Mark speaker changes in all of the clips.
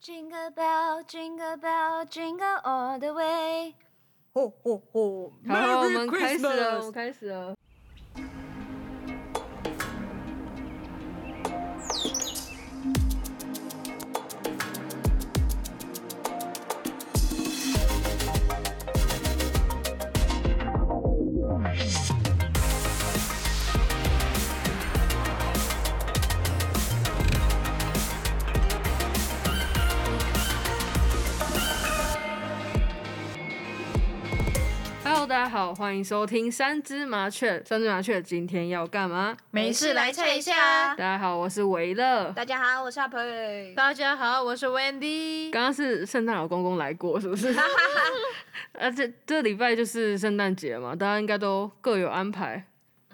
Speaker 1: Jingle bell, jingle bell, jingle all the way。
Speaker 2: 吼吼吼
Speaker 3: 好，我们
Speaker 2: 哦 Merry
Speaker 3: 开始了，我
Speaker 2: Christmas！
Speaker 3: 们开始了。Hello，大家好，欢迎收听《三只麻雀》。三只麻雀今天要干嘛？
Speaker 2: 没事来猜一下
Speaker 3: 大。家好，我是维乐。
Speaker 1: 大家好，我是阿培。
Speaker 2: 大家好，我是 Wendy。
Speaker 3: 刚刚是圣诞老公公来过，是不 是？而且这礼拜就是圣诞节嘛，大家应该都各有安排，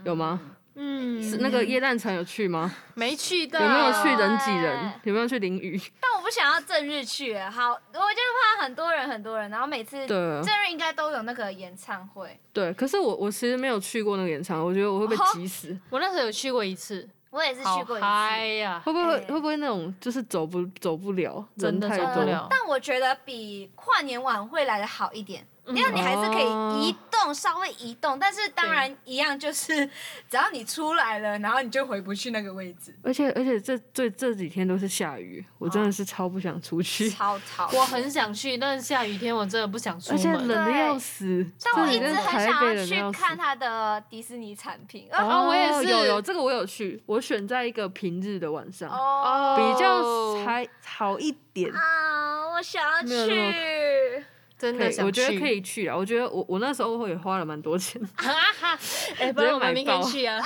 Speaker 3: 有吗？
Speaker 2: 嗯，
Speaker 3: 是那个耶诞城有去吗？
Speaker 2: 没去到，
Speaker 4: 嗯
Speaker 3: 有没有去人挤人
Speaker 1: 哎？
Speaker 3: 有没有去淋雨？
Speaker 1: 但我不想要正日去，哎好，我就怕很多人很多人，然后每次
Speaker 3: 对啊
Speaker 1: 正日应该都有那个演唱会，
Speaker 3: 对，可是我我其实没有去过那个演唱会，我觉得我会被
Speaker 1: 哦
Speaker 3: 急死。
Speaker 4: 我那时候有去过一次，
Speaker 1: 我也是
Speaker 4: 好
Speaker 1: 去过一
Speaker 4: 嗨
Speaker 1: 次。
Speaker 4: 呀、
Speaker 3: 会不会、
Speaker 1: 哎
Speaker 3: 会不会那种就是走不走不了，
Speaker 4: 真的
Speaker 3: 人太
Speaker 4: 走
Speaker 3: 多
Speaker 4: 不了
Speaker 1: 嗯但我觉得比跨年晚会来的好一点，
Speaker 2: 嗯
Speaker 1: 因为你还是可以移动，稍微移动，但是当然一样就是，只要你出来了，然后你就回不去那个位置，
Speaker 3: 而且而且这这这几天都是下雨，我
Speaker 4: 哦
Speaker 3: 真的是超不想出去，
Speaker 1: 超讨厌。
Speaker 4: 我很想去，但是下雨天我真的不想出
Speaker 3: 而且
Speaker 4: 门。
Speaker 3: 冷的要死。
Speaker 1: 但我
Speaker 3: 这
Speaker 1: 一
Speaker 3: 里
Speaker 1: 直
Speaker 3: 真的
Speaker 1: 很
Speaker 3: 台
Speaker 1: 想
Speaker 3: 北
Speaker 1: 要
Speaker 3: 冷得
Speaker 1: 去
Speaker 3: 要死
Speaker 1: 看他的迪士尼产品，呃
Speaker 4: 哦我也是
Speaker 3: 有有这个我有去，我选在一个平日的晚 上，
Speaker 1: 哦
Speaker 4: 哦
Speaker 3: 比较还好一点。
Speaker 1: 啊，我想要
Speaker 3: 没有那么
Speaker 1: 去。
Speaker 4: 真
Speaker 3: 可
Speaker 4: 的
Speaker 3: 以，
Speaker 4: 想去。
Speaker 3: 我觉得可以去啊！我觉得我我那时候会花了蛮多钱，
Speaker 1: 啊
Speaker 4: 哎、
Speaker 3: 直
Speaker 4: 不
Speaker 3: 接
Speaker 4: 然我们
Speaker 3: 买
Speaker 4: 明
Speaker 3: 爆
Speaker 4: 天。去 啊！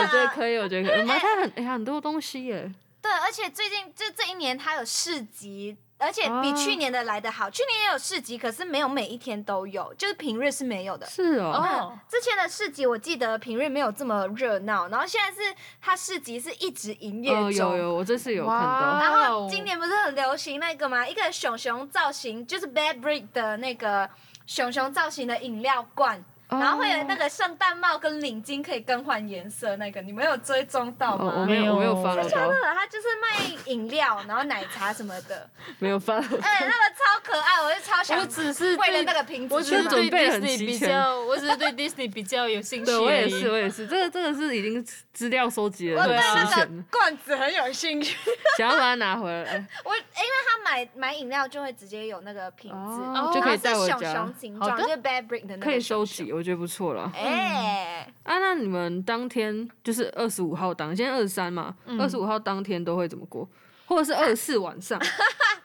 Speaker 3: 我觉得可以，我觉得可以。买它很哎呀很多东西耶，
Speaker 1: 对，而且最近就这一年，它有市集，而且比
Speaker 3: 哦
Speaker 1: 去年的来的好。去年也有市集，可是没有每一天都有，就是平日是没有的。
Speaker 3: 是哦，
Speaker 4: 哦，
Speaker 1: 之前的市集我记得平日没有这么热闹，然后现在是它市集是一直营业
Speaker 3: 哦
Speaker 1: 中。
Speaker 3: 有有，我这次有看到
Speaker 4: 哇。
Speaker 1: 然
Speaker 4: 哇
Speaker 1: 后
Speaker 4: 哦
Speaker 1: 今年不是很流行那个吗？一个熊熊造型，就是 Bad Brick 的那个熊熊造型的饮料罐，
Speaker 3: 哦
Speaker 1: 然后会有那个圣诞帽跟领巾可以更换颜色，那个你们有追踪到吗？
Speaker 3: 哦，我没有我没有
Speaker 4: 没有
Speaker 3: follow
Speaker 1: 真
Speaker 3: 到，
Speaker 1: 的，他就是卖饮料，然后奶茶什么的，
Speaker 3: 没有 follow 到。
Speaker 1: 哎、那个超可爱，我就超想，
Speaker 4: 我只是
Speaker 1: 为了
Speaker 4: 对
Speaker 1: 那个瓶
Speaker 4: 我
Speaker 1: 子去
Speaker 4: 只是
Speaker 1: 买，
Speaker 3: 准
Speaker 4: 对
Speaker 3: 备很
Speaker 4: Disney
Speaker 3: 齐
Speaker 4: 比
Speaker 3: 全
Speaker 4: 较，我只是对 Disney 比较有兴趣
Speaker 3: 对，我
Speaker 4: 而
Speaker 3: 也
Speaker 4: 已。
Speaker 3: 是，我也是，这个这个是已经资资料收集了
Speaker 1: 我
Speaker 3: 很
Speaker 1: 对那
Speaker 3: 齐
Speaker 1: 个
Speaker 3: 全了，
Speaker 1: 罐子很有兴趣。
Speaker 3: 想要把它拿回来。哎
Speaker 1: 我因为他买买饮料就会直接有那个瓶子，
Speaker 3: 哦
Speaker 1: 然后
Speaker 3: 就可以带
Speaker 1: 是
Speaker 3: 回
Speaker 1: 熊
Speaker 3: 家
Speaker 1: 熊形
Speaker 4: 好
Speaker 1: 状，
Speaker 4: 的
Speaker 1: 就是 Bad Brick 的那个，
Speaker 3: 可以收。嗯集，我觉得不错了。
Speaker 1: 哎、
Speaker 3: 啊，那你们当天就是二十五号当，现在二十三嘛，二十五号当天都会怎么过？或者是二十四晚上，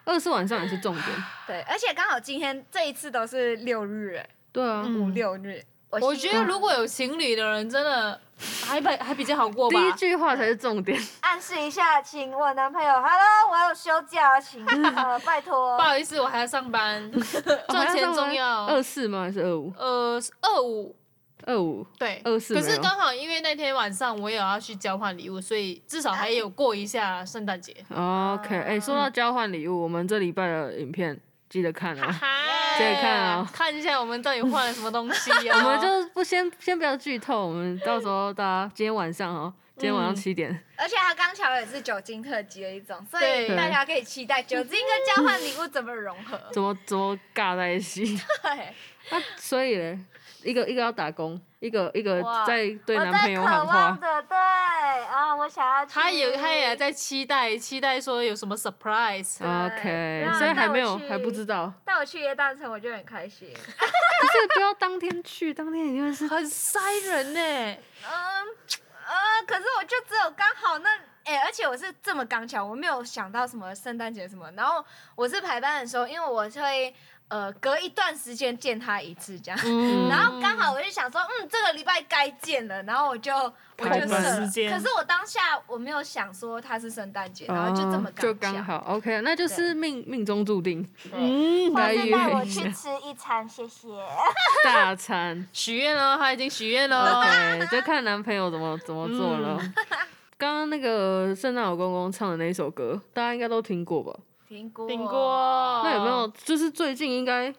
Speaker 3: 二十四晚上也是重点。
Speaker 1: 对，而且刚好今天这一次都是六日，哎
Speaker 3: 对啊，
Speaker 1: 五六日。
Speaker 4: 我嗯
Speaker 1: 希
Speaker 4: 觉得如果有情侣的人，真的还比还比较好过吧。
Speaker 3: 第一句话才是重 点。
Speaker 1: 暗示一下，请我男朋友，Hello，我有休假， 请呃拜托
Speaker 4: 不。好意思，我还要上班， 赚钱重要。
Speaker 3: 二四吗？还是二五？
Speaker 4: 呃，二五
Speaker 3: 二五
Speaker 4: 对，
Speaker 3: 二四
Speaker 4: 可
Speaker 3: 没
Speaker 4: 是
Speaker 3: 有
Speaker 4: 刚好因为那天晚上我也有要去交换礼物，所以至少还有过一下圣 诞节。
Speaker 3: OK，哎、说到交换礼物，我们这礼拜的影片记得看啊。
Speaker 4: 嗨
Speaker 3: 这个看啊
Speaker 4: 看一下我们到底换了什么东西、哦。
Speaker 3: 我们就不先先不要剧透，我们到时候大家今天晚上
Speaker 1: 嗯
Speaker 3: 哦，今天晚上七点，
Speaker 1: 而且它刚巧也是酒精特辑的一种，所以
Speaker 4: 对
Speaker 1: 大家可以期待酒精跟交换礼物怎么融 合。
Speaker 3: 怎么怎么尬在 一起？
Speaker 1: 对，
Speaker 3: 那、所以嘞，一个一个要打工，一个一个
Speaker 1: 哇
Speaker 3: 在对
Speaker 1: 我
Speaker 3: 男
Speaker 1: 在
Speaker 3: 朋友喊
Speaker 1: 渴望
Speaker 3: 话。
Speaker 1: 着，对啊，我想要去。
Speaker 4: 他也他也在期待期待说有什么 surprise，、
Speaker 3: 啊 OK，
Speaker 1: 让
Speaker 3: 所以还没有
Speaker 1: 带我去
Speaker 3: 还不知道，
Speaker 1: 带我去耶诞城，我就很开心。
Speaker 3: 可是不要当天去，当天一定 会是
Speaker 4: 很塞人呢、
Speaker 1: 嗯呃，可是我就只有刚好那哎、而且我是这么刚巧，我没有想到什么圣诞节什么。然后我是排班的时候，因为我会呃隔一段时间见他一次这样。
Speaker 3: 嗯
Speaker 1: 然后刚好我就想说，嗯，这个礼拜该见了，然后我就我
Speaker 3: 排
Speaker 1: 就
Speaker 3: 班
Speaker 1: 设了
Speaker 4: 时间
Speaker 1: 可是我当下我没有想说它是圣诞节，然后就这么
Speaker 3: 哦就
Speaker 1: 刚
Speaker 3: 刚好 OK，那就是命命中注定
Speaker 4: 嗯，
Speaker 3: 来预言一下
Speaker 1: 吃一餐，谢谢。
Speaker 3: 大餐。
Speaker 4: 许愿了，他已经许 愿了。
Speaker 3: OK，就哦看男朋友怎么怎么做了。
Speaker 4: 嗯
Speaker 3: 刚刚那个圣诞老公公唱的那一首歌，大家应该都听过吧？
Speaker 1: 苹果，
Speaker 4: 苹果，
Speaker 3: 那有没有就是最近应该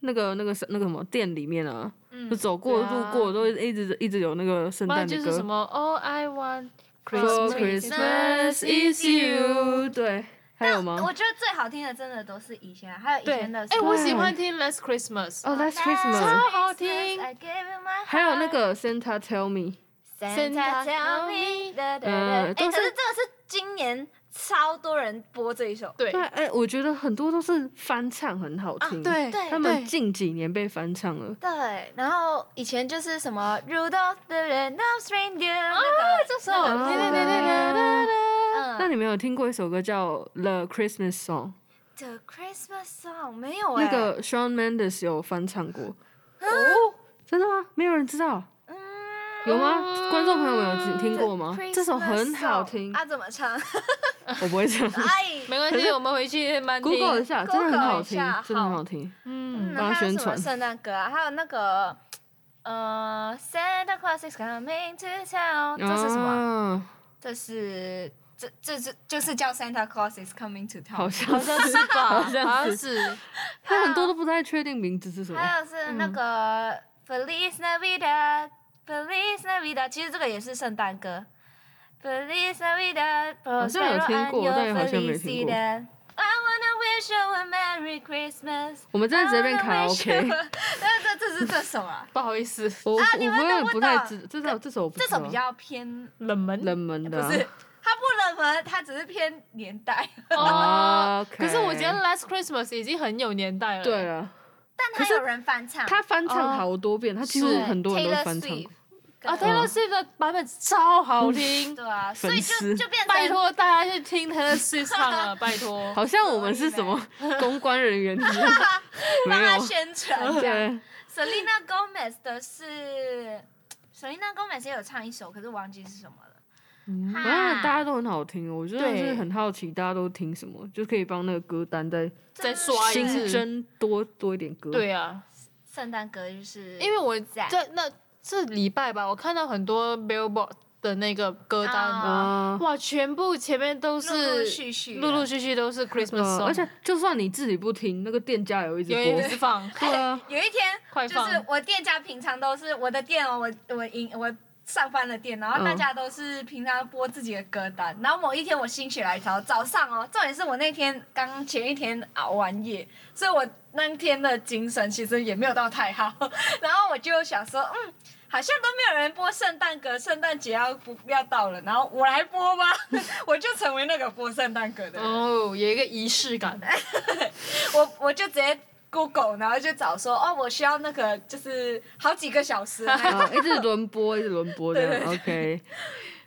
Speaker 3: 那个那个那个什么店里面啊，就走过
Speaker 4: 对啊
Speaker 3: 路过都一直一直有那个圣
Speaker 4: 不然
Speaker 3: 诞的
Speaker 4: 就是什
Speaker 3: 歌。
Speaker 4: 么 All I Want
Speaker 3: For
Speaker 4: Christmas
Speaker 3: Christmas is you，对，还有吗？
Speaker 1: 我觉得最好听的真的都是以前，啊还有以
Speaker 4: 对，
Speaker 1: 前的
Speaker 4: 哎、
Speaker 1: 什么。
Speaker 4: 我喜欢听 Last Christmas，
Speaker 3: 哦，Last Christmas，
Speaker 4: 超好听
Speaker 1: I gave you my
Speaker 3: 还有那个 Santa Tell Me，
Speaker 1: Santa tell me，哒哒哒
Speaker 3: 呃
Speaker 1: 哎，
Speaker 3: 都
Speaker 1: 可
Speaker 3: 是
Speaker 1: 是这个是今年超多人播这一首，
Speaker 4: 对啊
Speaker 3: 对，哎，我觉得很多都是翻唱，很好听。，
Speaker 1: 对
Speaker 3: 他们近几年被翻唱了。
Speaker 1: 对，然后以前就是什么 Rudolph the Red-Nosed Reindeer 那个，
Speaker 4: 这首
Speaker 3: 啊哦
Speaker 4: 对对对对对对对
Speaker 3: 那
Speaker 1: 嗯
Speaker 3: 你们有听过一首歌叫《The Christmas Song》？
Speaker 1: ，The Christmas Song 没有
Speaker 3: 那
Speaker 1: 哎，
Speaker 3: 个 Shawn Mendes 有翻唱过。哦，
Speaker 1: 啊
Speaker 3: 真的吗？没有人知道？有吗？观众朋友们有听听过吗？这首很好听，
Speaker 1: 啊，怎么 唱？
Speaker 3: 我不会唱。
Speaker 1: 哎，
Speaker 4: 没关系，我们回去慢听。
Speaker 3: Google 一下，真的很好
Speaker 1: Google 一
Speaker 3: 听
Speaker 1: 下，
Speaker 3: 真的很
Speaker 1: 好
Speaker 3: 好听。
Speaker 4: 嗯，
Speaker 3: 帮
Speaker 1: 那
Speaker 3: 他
Speaker 1: 还有什
Speaker 3: 宣
Speaker 1: 么
Speaker 3: 传
Speaker 1: 圣诞歌啊？还有那个呃，Santa Claus is coming to town，这是什么啊？
Speaker 3: 么？
Speaker 1: 这是这这是就是叫 Santa Claus is coming to town
Speaker 3: 好。像是，
Speaker 4: 是吧？
Speaker 3: 好像是
Speaker 4: 好像是。
Speaker 3: 他很多都不太确定名字是什么。
Speaker 1: 还有是
Speaker 3: 嗯
Speaker 1: 那个 Feliz Navidad，Feliz Navidad，其实这个也是圣诞歌。Feliz Navidad，
Speaker 3: 好像有听过
Speaker 1: Prospero año
Speaker 3: 但也好像没听过
Speaker 1: felicidad. I wanna wish you a Merry Christmas。
Speaker 3: 我们真的直接变
Speaker 1: I wanna
Speaker 3: 卡拉
Speaker 1: wish you
Speaker 3: OK。
Speaker 1: a- 但是这这是这首啊，
Speaker 4: 不好意思，
Speaker 3: 我我
Speaker 1: 你们
Speaker 3: 我
Speaker 1: 都
Speaker 3: 有点
Speaker 1: 不
Speaker 3: 不太
Speaker 1: 懂
Speaker 3: 知，这首这首我 不
Speaker 1: 这
Speaker 3: 知道
Speaker 1: 首比较偏，
Speaker 4: 冷门
Speaker 3: 冷门的
Speaker 1: 不
Speaker 3: 啊。
Speaker 1: 是它不冷门，它只是偏年代。
Speaker 4: 哦。可是我觉
Speaker 3: 啊 OK
Speaker 4: 得 Last Christmas 已经很有年代了。
Speaker 3: 对啊了，
Speaker 1: 但它有人翻唱，
Speaker 3: 他翻唱
Speaker 4: 哦
Speaker 3: 好多遍，他几乎
Speaker 4: 是
Speaker 3: 很多人都
Speaker 1: Taylor
Speaker 3: 翻唱
Speaker 1: Swift
Speaker 3: 过。
Speaker 4: 啊
Speaker 1: 对
Speaker 4: ，Taylor Swift 的版本超好听，
Speaker 1: 对啊，所以就
Speaker 3: 粉丝
Speaker 1: 就变成
Speaker 4: 拜托大家去听 Taylor Swift 唱了，啊 拜托。
Speaker 3: 好像我们是什么公关人 员一样，没
Speaker 1: 帮他
Speaker 3: 有。
Speaker 1: 宣传这样。
Speaker 3: 对，
Speaker 1: Selena Gomez 的是 Selena Gomez 也有唱一首，可是我忘记是什么了。
Speaker 3: 反
Speaker 1: 哈
Speaker 3: 啊正大家都很好听哦，我真的
Speaker 4: 对
Speaker 3: 是很好奇大家都听什么，就可以帮那个歌单再
Speaker 1: 真的
Speaker 4: 再刷一
Speaker 1: 是
Speaker 4: 次
Speaker 3: 新增多多一点歌。，
Speaker 4: 对啊，
Speaker 1: 圣诞歌就是
Speaker 4: 因为我
Speaker 1: 在
Speaker 4: 在那这礼拜吧，我看到很多 Billboard 的那个歌单，
Speaker 1: 啊
Speaker 3: 啊，
Speaker 4: 哇，全部前面都是
Speaker 1: 陆陆续续的
Speaker 4: 陆陆续续啊都是 Christmas
Speaker 3: 呃
Speaker 4: song，
Speaker 3: 而且就算你自己不听，那个店家也会一直
Speaker 4: 有一
Speaker 3: 播。
Speaker 4: 直放，
Speaker 3: 对啊，
Speaker 1: 有一天
Speaker 4: 快
Speaker 1: 就
Speaker 4: 放
Speaker 1: 是我店家平常都是我的店哦，我我营我上班的店，然后大家都是平常播自己的歌单，然后某一天我心血来潮，早上哦，重点是我那天刚前一天熬完夜，所以我那天的精神其实也没有到太好， 然后我就想说，嗯。好像都没有人播圣诞歌，圣诞节要不要到了，然后我来播吧，我就成为那个播圣诞歌的人。
Speaker 4: 哦，有一个仪式感。
Speaker 1: 我我就直接 Google，然后就找说，哦，我需要那个就是好几个小时的那 种。
Speaker 3: 啊，一直轮播，一直轮播这
Speaker 1: 对
Speaker 3: 样。
Speaker 1: 对
Speaker 3: OK。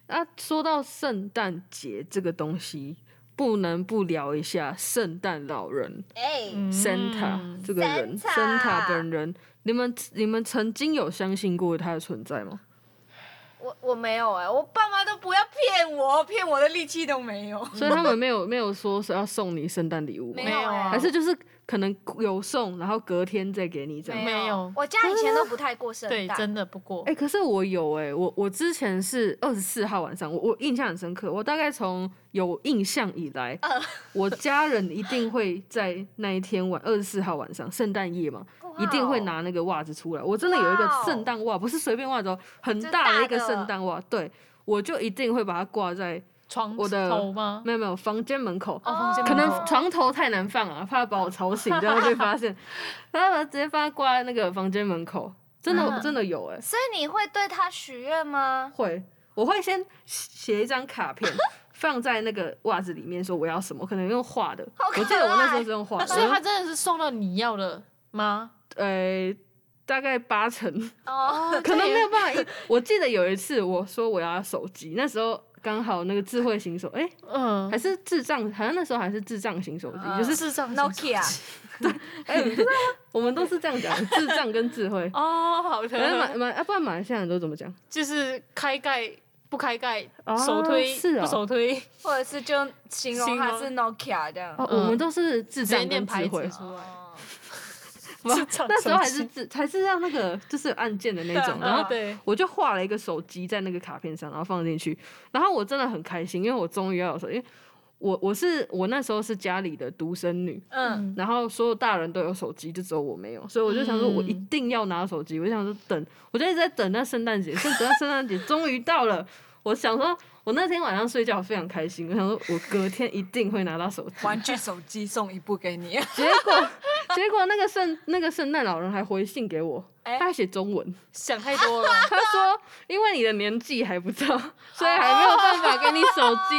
Speaker 3: 那说到圣诞节这个东西，不能不聊一下圣诞老人
Speaker 1: 哎、
Speaker 4: 嗯
Speaker 3: Santa 这个人
Speaker 1: 嗯 Santa
Speaker 3: ，Santa 本人。你们你们曾经有相信过他的存在吗？
Speaker 1: 我我没有哎、我爸妈都不要骗我，骗我的力气都没有。
Speaker 3: 所以他们没有没有说是要送你圣诞礼物 吗
Speaker 1: 嗯没？有啊
Speaker 3: 还是就是可能有送，然后隔天再给你这样？
Speaker 4: 没有
Speaker 1: 我家以前都不太过圣
Speaker 4: 对，
Speaker 1: 诞。
Speaker 4: 真的不过
Speaker 3: 哎、，可是我有哎、我我之前是二十四号晚上，我我印象很深刻，我大概从有印象以来，
Speaker 1: 呃
Speaker 3: 我家人一定会在那一天晚二十四号晚上，圣诞夜嘛，
Speaker 1: 哇哦
Speaker 3: 一定会拿那个袜子出来。我真的有一个
Speaker 1: 哇哦
Speaker 3: 圣诞袜，不是随便袜子哦，很
Speaker 1: 就
Speaker 3: 大的一个
Speaker 1: 大的
Speaker 3: 圣诞袜，对，我就一定会把它挂在
Speaker 4: 床
Speaker 3: 我的
Speaker 4: 头吗？
Speaker 3: 没有没有房间门口，
Speaker 4: 哦，房间
Speaker 3: 可
Speaker 4: 门
Speaker 3: 能
Speaker 4: 口
Speaker 3: 床头太难放啊，怕把我吵醒，这样会被发 现，然后把它直接放在挂在那个房间门口，真的、
Speaker 1: 嗯
Speaker 3: 真的有哎、
Speaker 1: 所以你会对他许愿吗？
Speaker 3: 会，我会先写一张 卡片放在那个袜子里面，说我要什么，可能用画的。我记得我那时候是用 画的，
Speaker 4: 所以他真的是送到你要的吗？
Speaker 3: 呃大概八成，
Speaker 1: 哦，
Speaker 3: 可能没有办法一。我记得有一次我说我要手机，那时候刚好那个智慧型手，哎、
Speaker 4: 嗯
Speaker 3: 还，是智障，好像那时候还是智障型手机，
Speaker 1: 嗯
Speaker 3: 就是
Speaker 4: 是这样子
Speaker 1: Nokia
Speaker 3: 哎、你知道吗？我们都是这样讲，智障跟智慧。
Speaker 4: 哦，好
Speaker 3: 可能马
Speaker 4: 的，
Speaker 3: 马，啊，不然马来西亚人都怎么讲？
Speaker 4: 就是开盖不开盖
Speaker 3: 哦，
Speaker 4: 手推
Speaker 3: 是哦
Speaker 4: 不 手推，
Speaker 1: 或者是就形容它是 Nokia 这样。
Speaker 3: 哦，
Speaker 4: 嗯
Speaker 3: 我们都是智
Speaker 4: 直接
Speaker 3: 障跟
Speaker 4: 念
Speaker 3: 智
Speaker 4: 牌
Speaker 3: 慧
Speaker 4: 子。出 来。
Speaker 1: 哦
Speaker 3: 不
Speaker 4: 智障
Speaker 3: 那时候还
Speaker 4: 手
Speaker 3: 是
Speaker 4: 机
Speaker 3: 智，还是让那个就是有按键的那种，
Speaker 1: 对
Speaker 3: 然
Speaker 1: 啊
Speaker 3: 后
Speaker 4: 啊，对，
Speaker 3: 我就画了一个手机在那个卡片上，然后放进去。然后我真的很开心，因为我终于要有手，因为我我是我那时候是家里的独生女，
Speaker 1: 嗯，
Speaker 3: 然后所有大人都有手机，就只有我没有，所以我就想说，我一
Speaker 4: 嗯
Speaker 3: 定要拿手机。我就想说等，我就一直在等那圣诞节，就等到圣诞节终于到了，我想说。我那天晚上睡觉非常开心，我想说我隔天一定会拿到手机。
Speaker 5: 玩具手机送一部给你，
Speaker 3: 结果结果那个圣那个圣诞老人还回信 给我，他还写中文，
Speaker 4: 想太多了。
Speaker 3: 他说因为你的年纪还不到，所以还没有办法给你手机。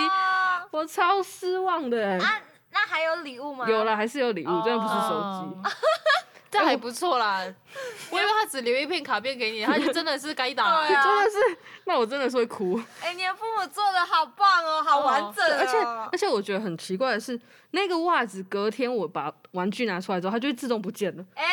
Speaker 3: 我超失望的、欸，
Speaker 1: 啊， 哦那还有礼物吗？
Speaker 3: 有了还是有礼物， 但不是手 机。
Speaker 4: 嗯
Speaker 3: 哎
Speaker 4: 这样还不错啦。我以为他只留一片卡片给你，他就真的是该打了。
Speaker 1: 对啊
Speaker 3: 真的是，那我真的是会哭。
Speaker 1: 哎、你的父母做的好棒哦，好完
Speaker 4: 啊
Speaker 1: 整、哦
Speaker 3: 而且而且我觉得很奇怪的是，那个袜子隔天我把玩具拿出来之后，它就会自动不见了。
Speaker 1: 哎、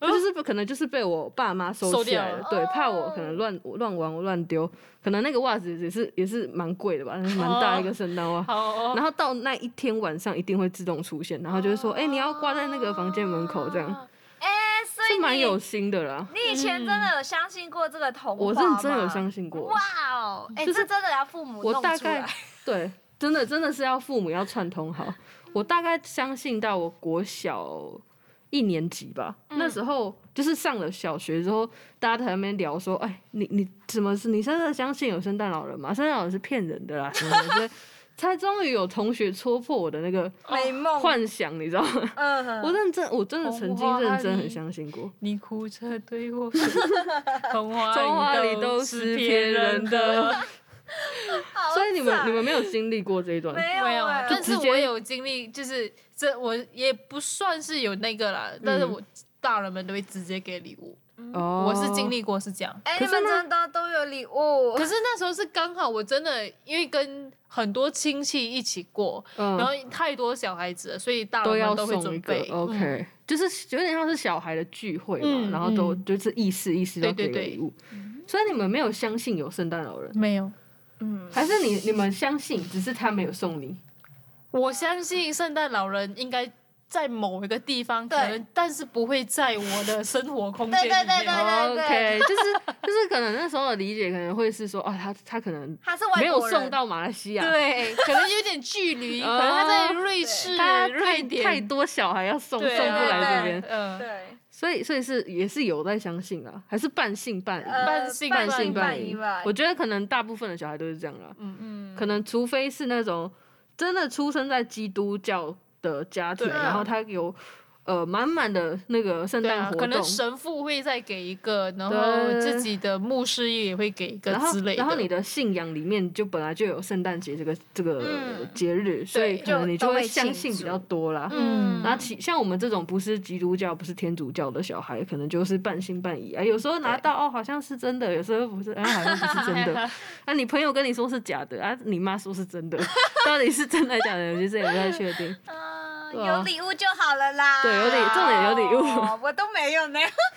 Speaker 3: 它就是不可能就是被我爸妈收
Speaker 4: 嗯收
Speaker 3: 起来
Speaker 4: 掉
Speaker 3: 了
Speaker 4: 了，
Speaker 3: 对，怕
Speaker 1: 哦
Speaker 3: 我可能乱乱玩我乱丢，可能那个袜子也是也是蛮贵的吧，蛮大一个圣诞袜。
Speaker 4: 好哦，
Speaker 3: 然后到那一天晚上一定会自动出现，然后就会说，哎、你要挂在那个房间门口，这样
Speaker 1: 哎，所以
Speaker 3: 是蛮
Speaker 1: 你
Speaker 3: 有心的啦。
Speaker 1: 你以前真的有相信过这个童话
Speaker 3: 我认真有
Speaker 1: 吗
Speaker 3: 相信过
Speaker 1: 哇，哦，哎、
Speaker 3: 就是
Speaker 1: 这真的要父母
Speaker 3: 我
Speaker 1: 弄
Speaker 3: 大
Speaker 1: 出
Speaker 3: 概
Speaker 1: 来。
Speaker 3: 对，真的真的是要父母要串通好。我大概相信到我国小一年级吧，那时候就是上了小学之后，大家在那边聊说，哎，你你怎么是你真的相信有圣诞老人吗？圣诞老人是骗人的啦，什么的。所 以才终于有同学戳破我的那个
Speaker 1: 美梦，
Speaker 3: 幻想，你知道吗？
Speaker 1: 嗯哼，
Speaker 3: 哦我认真，我真的
Speaker 4: 童
Speaker 3: 曾经
Speaker 4: 话
Speaker 3: 认真
Speaker 4: 里
Speaker 3: 很相信过。
Speaker 4: 你哭着对我 说，
Speaker 3: 童
Speaker 4: 童
Speaker 3: 话
Speaker 4: 话
Speaker 3: 里都是
Speaker 4: 是
Speaker 3: 骗人
Speaker 4: 人
Speaker 3: 的。
Speaker 1: 好
Speaker 3: 所以你们
Speaker 1: 惨
Speaker 3: 你们没有经历过这一段，
Speaker 1: 没有
Speaker 4: 没有啊
Speaker 1: 哎，
Speaker 4: 但是
Speaker 3: 直接
Speaker 4: 我有经历，就是这我也不算是有那个啦，但是
Speaker 3: 嗯
Speaker 4: 我大人们都会直接给礼物，
Speaker 3: 哦，
Speaker 4: 我是经历过是这样。
Speaker 1: 哎、
Speaker 3: 可
Speaker 1: 你
Speaker 3: 是
Speaker 1: 们
Speaker 3: 那
Speaker 1: 真的都有礼物
Speaker 4: 可，是那时候是刚好我真的因为跟很多亲戚一起过，
Speaker 3: 嗯，
Speaker 4: 然后太多小孩子了，所以大
Speaker 3: 都
Speaker 4: 人
Speaker 3: 要
Speaker 4: 们会
Speaker 3: 送一
Speaker 4: 准
Speaker 3: 个
Speaker 4: 备。
Speaker 3: ，OK，、就是有点像是小孩的聚会嘛，
Speaker 4: 嗯
Speaker 3: 然后都
Speaker 4: 嗯
Speaker 3: 就是意思意思
Speaker 4: 对
Speaker 3: 要给
Speaker 4: 对
Speaker 3: 个
Speaker 4: 对
Speaker 3: 礼物，嗯所以你们没有相信有圣诞老人，
Speaker 4: 没有，
Speaker 1: 嗯，
Speaker 3: 还是你你们相信，只是他没有送你，
Speaker 4: 我相信圣诞老人应该在某一个地方，可能但是不会在我的生活空间里面。哦
Speaker 1: 对对对对
Speaker 3: OK，就是就是可能那时候的理解可能会是说，哦，他他可能
Speaker 1: 他是外国人，
Speaker 3: 没有送到马来西亚，
Speaker 4: 对，可能有点距离，
Speaker 3: 哦
Speaker 4: 可能他在瑞士、
Speaker 3: 他
Speaker 4: 瑞
Speaker 3: 太
Speaker 4: 典，
Speaker 3: 太多小孩要送送
Speaker 4: 对
Speaker 3: 不来这
Speaker 1: 对
Speaker 3: 边，
Speaker 4: 嗯、
Speaker 1: 对，
Speaker 3: 所以所以是也是有在相信啊，还是半信半疑。
Speaker 1: 呃
Speaker 4: 半信
Speaker 1: 半
Speaker 4: 半
Speaker 1: 信
Speaker 4: 疑
Speaker 1: 半疑
Speaker 3: 疑
Speaker 1: 吧，
Speaker 3: 我觉得可能大部分的小孩都是这样啦。
Speaker 4: 嗯
Speaker 3: 嗯，可能除非是那种真的出生在基督教的家庭，
Speaker 4: 对
Speaker 3: 然后他有呃满满的那个圣
Speaker 4: 对
Speaker 3: 诞
Speaker 4: 啊，
Speaker 3: 活
Speaker 4: 可
Speaker 3: 动，
Speaker 4: 能神父会再给一个，然后
Speaker 3: 对
Speaker 4: 自己的牧师也会给一个
Speaker 3: 然后
Speaker 4: 之类的。
Speaker 3: 然后你的信仰里面就本来就有圣诞节这个这个
Speaker 1: 嗯
Speaker 3: 节日，所以可
Speaker 1: 就
Speaker 3: 能你就
Speaker 1: 都
Speaker 3: 会
Speaker 1: 会
Speaker 3: 相
Speaker 1: 庆
Speaker 3: 信比
Speaker 1: 祝
Speaker 3: 较多啦。
Speaker 4: 嗯
Speaker 3: 然后其像我们这种不是基督教、不是天主教的小孩，可能就是半信半疑啊。有时候拿到哦，好像是真的；有时候不是，啊，好像不是真 的。啊，你朋友跟你说是假的，啊，你妈说是真的， 到底是真的还是假的？我其实也不太确 定。
Speaker 1: 嗯
Speaker 3: 对啊
Speaker 1: 有礼物就好了啦，
Speaker 3: 对有礼重点有礼物
Speaker 1: 哦我都没有呢。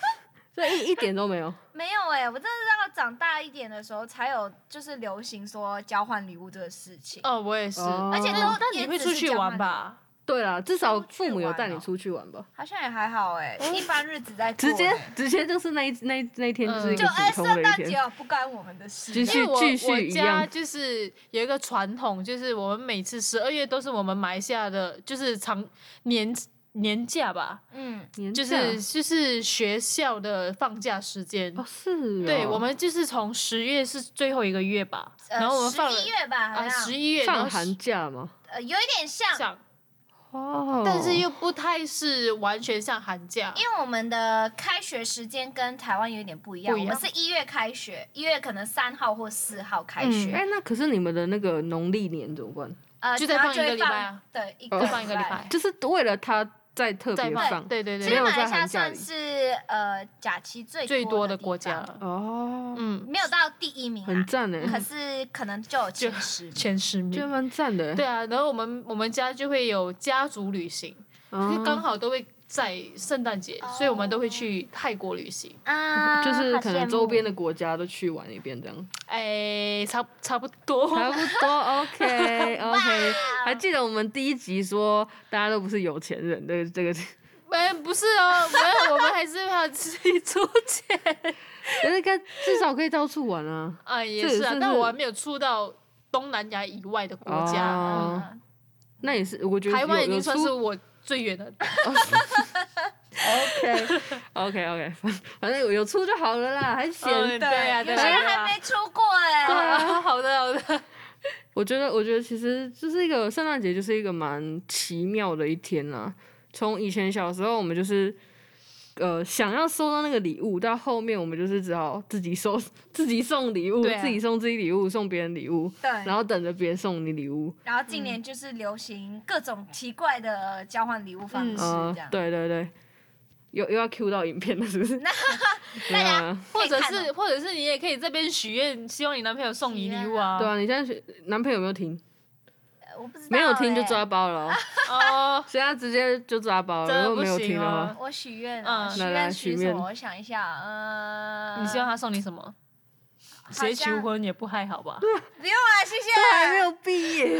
Speaker 3: 所以一一点都没有。
Speaker 1: 没有哎、我真的是到长大一点的时候才有，就是流行说交换礼物这个事情。
Speaker 4: 哦，我也是，
Speaker 3: 哦而且
Speaker 1: 都
Speaker 4: 但但
Speaker 1: 也
Speaker 4: 你会
Speaker 1: 只
Speaker 4: 出
Speaker 1: 是
Speaker 4: 去
Speaker 1: 交
Speaker 4: 玩
Speaker 1: 换
Speaker 4: 吧？
Speaker 3: 对啦，至少
Speaker 1: 出去
Speaker 3: 父母有
Speaker 1: 玩
Speaker 3: 带你
Speaker 1: 哦
Speaker 3: 出去玩吧。
Speaker 1: 好像也还好哎、
Speaker 4: 嗯
Speaker 1: 一般日子在过
Speaker 3: 直接
Speaker 1: 欸
Speaker 3: 直接就是那一那一那一天就是一
Speaker 1: 就
Speaker 3: 个
Speaker 1: 哎，
Speaker 3: 普
Speaker 1: 圣
Speaker 3: 通的一
Speaker 1: 诞节
Speaker 3: 天。
Speaker 1: 哦，不干我们的事。
Speaker 3: 继续
Speaker 4: 因为我
Speaker 3: 继续
Speaker 4: 我
Speaker 3: 一
Speaker 4: 家
Speaker 3: 样
Speaker 4: 就是有一个传统，就是我们每次十二月都是我们马来西亚的，就是长年年假吧，
Speaker 1: 嗯，
Speaker 3: 年
Speaker 4: 就
Speaker 3: 假
Speaker 4: 是就是学校的放假时间。
Speaker 3: 哦是哦，
Speaker 4: 对，我们就是从十月是最后一个月吧，
Speaker 1: 呃
Speaker 4: 然后我们放了
Speaker 1: 十一月吧，好
Speaker 4: 啊十
Speaker 1: 像
Speaker 4: 一月，然后
Speaker 3: 放寒假嘛。
Speaker 1: 呃有一点像，
Speaker 4: 假，
Speaker 3: 哦，
Speaker 4: 但是又不太是完全像寒假，
Speaker 1: 因为我们的开学时间跟台湾有点不一样，
Speaker 4: 不一
Speaker 1: 我
Speaker 4: 样
Speaker 1: 们是一月开学，一月可能三号或四号
Speaker 4: 嗯
Speaker 1: 开学，
Speaker 3: 哎，那可是你们的那个农历年怎么办？
Speaker 1: 呃，
Speaker 4: 就再
Speaker 1: 然后
Speaker 4: 放一个
Speaker 1: 会
Speaker 4: 礼拜啊
Speaker 1: 对，一
Speaker 3: 哦
Speaker 1: 个
Speaker 4: 放一个礼拜。
Speaker 3: 就是为了他再特
Speaker 4: 再
Speaker 3: 别
Speaker 4: 放，对对
Speaker 1: 其
Speaker 4: 对，
Speaker 3: 没
Speaker 1: 实
Speaker 3: 有
Speaker 1: 马来
Speaker 3: 在
Speaker 1: 西亚
Speaker 3: 寒假
Speaker 1: 算
Speaker 3: 里
Speaker 1: 是呃假期最
Speaker 4: 最多
Speaker 1: 多
Speaker 4: 的
Speaker 1: 地
Speaker 4: 国家
Speaker 1: 方，
Speaker 4: 了。
Speaker 3: 哦，
Speaker 4: 嗯，
Speaker 1: 没有到第一名
Speaker 3: 很
Speaker 1: 啦，
Speaker 3: 赞哎，
Speaker 1: 可是可能就有
Speaker 4: 就
Speaker 1: 前十名。
Speaker 4: 前十
Speaker 3: 觉得
Speaker 4: 名。
Speaker 3: 蛮赞的欸。
Speaker 4: 对啊，然后我们我们家就会有家族旅行，
Speaker 3: 哦，
Speaker 4: 就刚好都会在圣诞节，所以我们
Speaker 1: 哦
Speaker 4: 都会去泰国旅行。
Speaker 1: 啊，
Speaker 3: 就是
Speaker 1: 好
Speaker 3: 可
Speaker 1: 羡
Speaker 3: 能
Speaker 1: 慕
Speaker 3: 周边的国家都去玩一遍这样，
Speaker 4: 哎，差不差不多。
Speaker 3: 差不 多 OK OK。还
Speaker 4: 哦
Speaker 3: 记得我们第一集说大家都不是有钱人，这个这个， 就
Speaker 4: 没不是哦，没有，我们还是要自己出钱。
Speaker 3: 是该至少可以到处玩啊。
Speaker 4: 啊，也
Speaker 3: 这也
Speaker 4: 是啊
Speaker 3: 是，
Speaker 4: 但我还没有出到东南亚以外的国家，嗯
Speaker 3: 哦，那也是，我觉得
Speaker 4: 台湾已
Speaker 3: 有有
Speaker 4: 经算
Speaker 3: 出
Speaker 4: 是我最远的。
Speaker 3: OK OK OK，反反正有有出就好了啦，还
Speaker 4: 嗯
Speaker 3: 嫌
Speaker 4: 对啊，
Speaker 1: 有
Speaker 4: 对
Speaker 1: 些
Speaker 4: 啊
Speaker 1: 人还没出过哎、
Speaker 4: 啊，好的好的。
Speaker 3: 我觉得，我觉得其实就是一个圣诞节，就是一个蛮奇妙的一天啦、从以前小时候，我们就是呃想要收到那个礼物，到后面我们就是只好自己收、 自己送礼物，
Speaker 4: 对啊
Speaker 3: 自己送自己礼物，送别人礼物，
Speaker 1: 对，
Speaker 3: 然后嗯等着别人送你礼物。
Speaker 1: 然后近年就是流行各种奇怪的交换礼物方式，这样、
Speaker 3: 呃嗯哦对对对，又又要 Q 到影片了，是不是？对啊，
Speaker 4: 或者
Speaker 1: 可以看
Speaker 4: 是或者是你也可以这边许愿，希望你男朋友送你礼物啊。
Speaker 3: 对啊，你现在是男朋友有没有听？
Speaker 1: 呃我不知道、哎
Speaker 3: 没有听就。抓包了、哦，
Speaker 4: 哦，
Speaker 3: 所以他直接就抓包
Speaker 4: 真
Speaker 3: 了。
Speaker 4: 的
Speaker 3: 如果没有
Speaker 4: 不行
Speaker 3: 听的话
Speaker 4: 哦，
Speaker 1: 我许愿
Speaker 4: 嗯
Speaker 1: 啊，许
Speaker 3: 来来
Speaker 1: 愿许
Speaker 3: 许
Speaker 1: 什
Speaker 3: 愿
Speaker 1: 么？我想一下，嗯、
Speaker 4: 你希望他送你什么？
Speaker 1: 好像
Speaker 4: 谁求婚也不太好吧？
Speaker 1: 不用啊，谢
Speaker 3: 他还没
Speaker 1: 谢。
Speaker 3: 有毕业，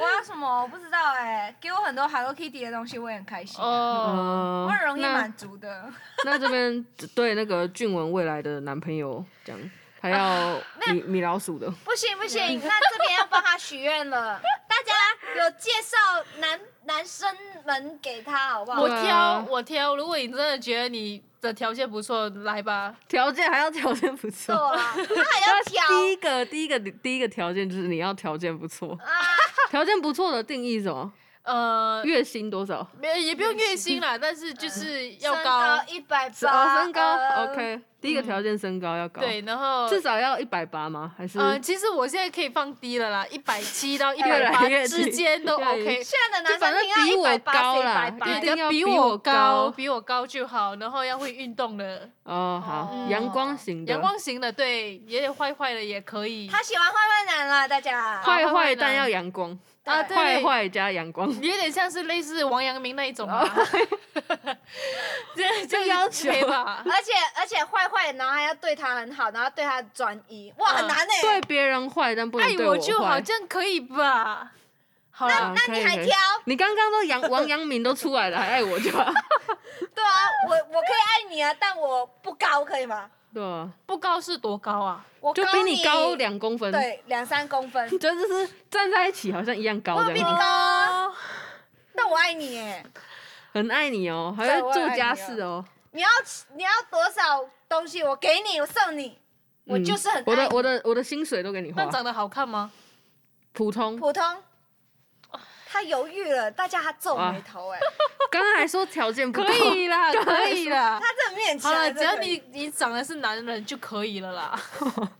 Speaker 1: 我要什么？我不知道哎、给我很多 Hello Kitty 的东西，我也很开心、啊。
Speaker 4: 哦，
Speaker 3: 呃
Speaker 1: 我很容易
Speaker 3: 那
Speaker 1: 满足的，
Speaker 3: 那这边对那个俊文未来的男朋友讲，还要米米老鼠的，
Speaker 1: 不行不行，那这边要帮他许愿了。 大家有介绍男男生们给他好不好？
Speaker 4: 我
Speaker 3: 对
Speaker 4: 挑
Speaker 3: 啊
Speaker 4: 我挑，如果你真的觉得你的条件不错，来吧。
Speaker 3: 条件还要条件不
Speaker 1: 做
Speaker 3: 错。
Speaker 1: 了，他还要挑
Speaker 3: 第一个第一个第一个条件就是你要条件不错，
Speaker 1: 啊。
Speaker 3: 条件不错的定义是什么？
Speaker 4: 呃，
Speaker 3: 月薪多少？
Speaker 4: 没也不用月薪啦，但是就是要
Speaker 1: 身
Speaker 4: 高
Speaker 1: 高，嗯一百
Speaker 3: 是
Speaker 1: 八，
Speaker 3: 哦，身高、
Speaker 1: 呃
Speaker 3: OK，第一个条件身高要高，
Speaker 4: 对，哦然后
Speaker 3: 至少要一百八吗？还是、
Speaker 4: 嗯，其实我现在可以放低了啦，一百七到一
Speaker 3: 越
Speaker 4: 百
Speaker 3: 来
Speaker 4: 八
Speaker 3: 越低
Speaker 4: 之间都
Speaker 3: 越来越
Speaker 4: OK。
Speaker 1: 现在的
Speaker 3: 就
Speaker 1: 男
Speaker 3: 反
Speaker 1: 生
Speaker 3: 正
Speaker 1: 听到
Speaker 3: 比
Speaker 1: 一百
Speaker 3: 我
Speaker 1: 八
Speaker 3: 高
Speaker 1: 是一
Speaker 3: 啦
Speaker 1: 百
Speaker 3: 一
Speaker 1: 八
Speaker 3: 定，
Speaker 4: 要
Speaker 3: 要
Speaker 4: 比
Speaker 3: 比
Speaker 4: 我
Speaker 3: 我
Speaker 4: 高，
Speaker 3: 高
Speaker 4: 比我高就好，然后要会运动的，
Speaker 3: 哦好，阳、光型的，
Speaker 4: 阳光型的，对，也有坏坏的也可以。
Speaker 1: 他喜欢坏坏男啦，大家。
Speaker 3: 坏
Speaker 4: 坏坏
Speaker 3: 坏
Speaker 4: 的
Speaker 3: 但要阳光，
Speaker 4: 啊，
Speaker 1: 对
Speaker 3: 坏
Speaker 4: 对，
Speaker 3: 坏加阳光，
Speaker 4: 有点像是类似王阳明那一种啊， 这这
Speaker 3: 哦要求啊
Speaker 4: 可以吧？
Speaker 1: 而且而且坏坏，然后还要对他很好，然后对他转移，哇，
Speaker 4: 嗯
Speaker 1: 很难呢。
Speaker 3: 啊对别人坏但不能
Speaker 4: 爱
Speaker 3: 对
Speaker 4: 哎我
Speaker 3: 坏。
Speaker 4: 就好，这样可以吧？好啦，
Speaker 1: 那你还
Speaker 3: 哦可以可以
Speaker 1: 挑？
Speaker 3: 你刚刚都阳王阳明都出来了，还爱我就 好，
Speaker 1: 对啊，我我可以爱你啊，但我不高，可以吗？
Speaker 3: 对啊，
Speaker 4: 不高是多高啊？
Speaker 1: 我
Speaker 3: 就比你高
Speaker 1: 高
Speaker 3: 两公分，
Speaker 1: 对两三公分，
Speaker 3: 就就是站在一起好像一样高
Speaker 1: 我
Speaker 3: 这
Speaker 1: 有比你
Speaker 3: 样，
Speaker 1: 高
Speaker 3: 哦
Speaker 1: 啊，但我爱你耶。
Speaker 3: 很爱你哦，还
Speaker 1: 对
Speaker 3: 会
Speaker 1: 我
Speaker 3: 做
Speaker 1: 爱
Speaker 3: 家
Speaker 1: 你哦
Speaker 3: 事哦。
Speaker 1: 你要你要多少东西？我给你，我送你，我
Speaker 3: 嗯
Speaker 1: 就是很
Speaker 3: 我
Speaker 1: 爱
Speaker 3: 的
Speaker 1: 你
Speaker 3: 我的我的薪水都给你花
Speaker 4: 那，长得好 看吗？
Speaker 3: 普通。
Speaker 1: 普通。他犹豫了，大家他皱眉头哎，
Speaker 3: 刚刚还说条件不够，
Speaker 4: 可以啦，可以啦
Speaker 1: 他。这 面
Speaker 4: 好
Speaker 1: 前
Speaker 4: 了，只要你你长得是男人就可以了啦。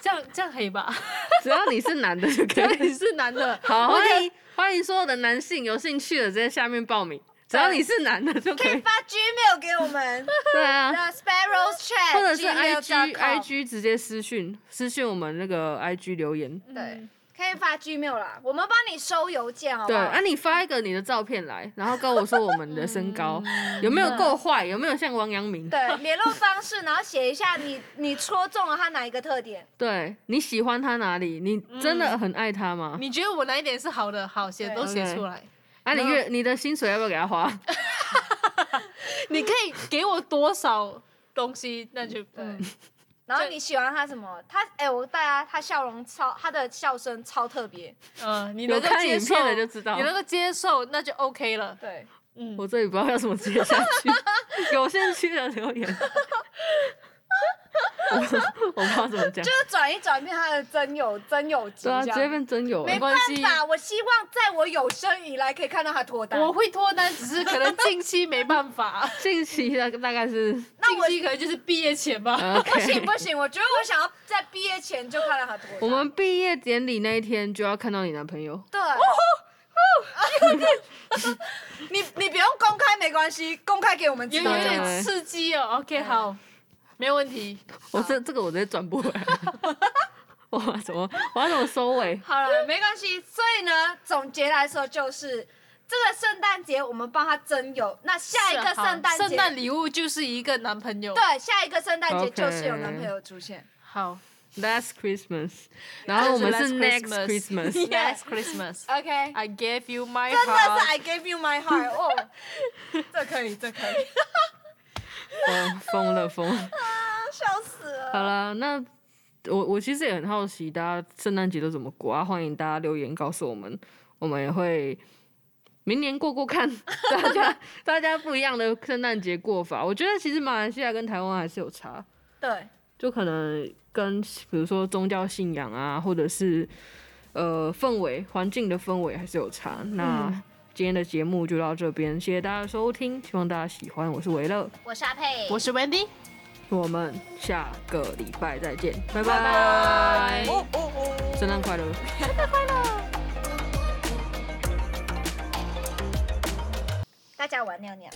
Speaker 4: 这样这样可以吧？
Speaker 3: 只要你是男的就可
Speaker 4: 只要
Speaker 3: 以
Speaker 4: 你。是男的，
Speaker 3: 好，
Speaker 4: 我觉
Speaker 3: 欢迎欢迎所有的男性有兴趣的，直接下面报名。只要你是男的就
Speaker 1: 可
Speaker 3: 可
Speaker 1: 以
Speaker 3: 以。
Speaker 1: 发 Gmail 给我 们
Speaker 3: 对啊，
Speaker 1: 那 Sparrows Chat，
Speaker 3: 或者是 I G I G 直接私讯私讯我们那个 I G 留言。
Speaker 1: 对，可以发 Gmail 啦，我们帮你收邮件哦好不
Speaker 3: 对，
Speaker 1: 好
Speaker 3: 啊，？你发一个你的照片来，然后跟我说我们的身高
Speaker 1: 嗯
Speaker 3: 有没有够坏，有没有像王阳明？
Speaker 1: 对，联络方式，然后写一下你你戳中了他哪一个特点，
Speaker 3: 对，你喜欢他哪里？你
Speaker 1: 嗯
Speaker 3: 真的很爱他吗？
Speaker 4: 你觉得我哪一点是好的？好，写
Speaker 1: 对
Speaker 4: 都写
Speaker 3: OK
Speaker 4: 出来。
Speaker 3: 啊，
Speaker 1: 嗯
Speaker 3: 你月你的薪水要不要给他花？
Speaker 4: 你可以给我多少东西，那就嗯，
Speaker 1: 然后你喜欢他什么？他哎、我大家他笑容超，他的笑声超特别，
Speaker 4: 呃，你
Speaker 3: 有
Speaker 4: 能够
Speaker 3: 看
Speaker 4: 接
Speaker 3: 影
Speaker 4: 受
Speaker 3: 片的就知道
Speaker 4: 你。能够接受，那就 OK 了。
Speaker 1: 对，
Speaker 4: 嗯，
Speaker 3: 我这里不知道要怎么接下去，有兴趣的留言。我 我不知道怎么讲
Speaker 1: 就，是转一转变他的真友真友集这
Speaker 3: 对啊，
Speaker 1: 样。
Speaker 3: 直接变真有
Speaker 4: 没
Speaker 3: 欸。
Speaker 4: 关系
Speaker 1: 办，法，我希望在我有生以来可以看到他脱单。
Speaker 4: 我会脱单，只是可能近期没办法，
Speaker 3: 近期大大 概是
Speaker 1: 那我
Speaker 4: 近期可能就是毕业前吧。
Speaker 3: 呃
Speaker 1: 不行
Speaker 3: OK。
Speaker 1: 不行，我觉得我想要在毕业前就看到他脱单。
Speaker 3: 我们毕业典礼那一天就要看到你男朋友，
Speaker 1: 对。 你你不用公开没关系，公开给我们
Speaker 4: 有
Speaker 1: 知
Speaker 4: 有
Speaker 1: 道。
Speaker 3: 对
Speaker 4: 点刺激哦。OK，好，没有问题。
Speaker 3: 我这这个我直接转不回来。 我要怎么我要怎么收尾？
Speaker 1: 好了，没关系。所以呢，总结来说就是，这个圣诞节我们帮他征友，那下一个
Speaker 4: 是好
Speaker 1: 圣诞节，
Speaker 4: 圣诞礼物就是一个男朋友。
Speaker 1: 对，下一个圣诞节
Speaker 3: OK
Speaker 1: 就是有男朋友出现。
Speaker 4: 好
Speaker 3: Last Christmas，然后我们啊是 Oh, Next Christmas，
Speaker 1: Yeah
Speaker 4: Next Christmas。
Speaker 1: OK，
Speaker 4: I gave you my
Speaker 1: 真的是
Speaker 4: heart。
Speaker 1: I gave you my heart，哦， 这可以，这可以，
Speaker 3: 疯疯了疯了。
Speaker 1: 笑死了。
Speaker 3: 好了，那我我其实也很好奇，大家圣诞节都怎么过啊？欢迎大家留言告诉我们，我们也会明年过过看大家大家不一样的圣诞节过法。我觉得其实马来西亚跟台湾还是有差，
Speaker 1: 对，
Speaker 3: 就可能跟比如说宗教信仰啊，或者是呃氛围、环境的氛围还是有差。那今天的节目就到这边，谢谢大家的收听，希望大家喜欢。我是维乐，
Speaker 1: 我是阿佩，
Speaker 4: 我是 Wendy。
Speaker 3: 我们下个礼拜再见，拜拜，
Speaker 5: 哦哦哦。
Speaker 3: 圣诞快乐。
Speaker 1: 大家玩尿尿。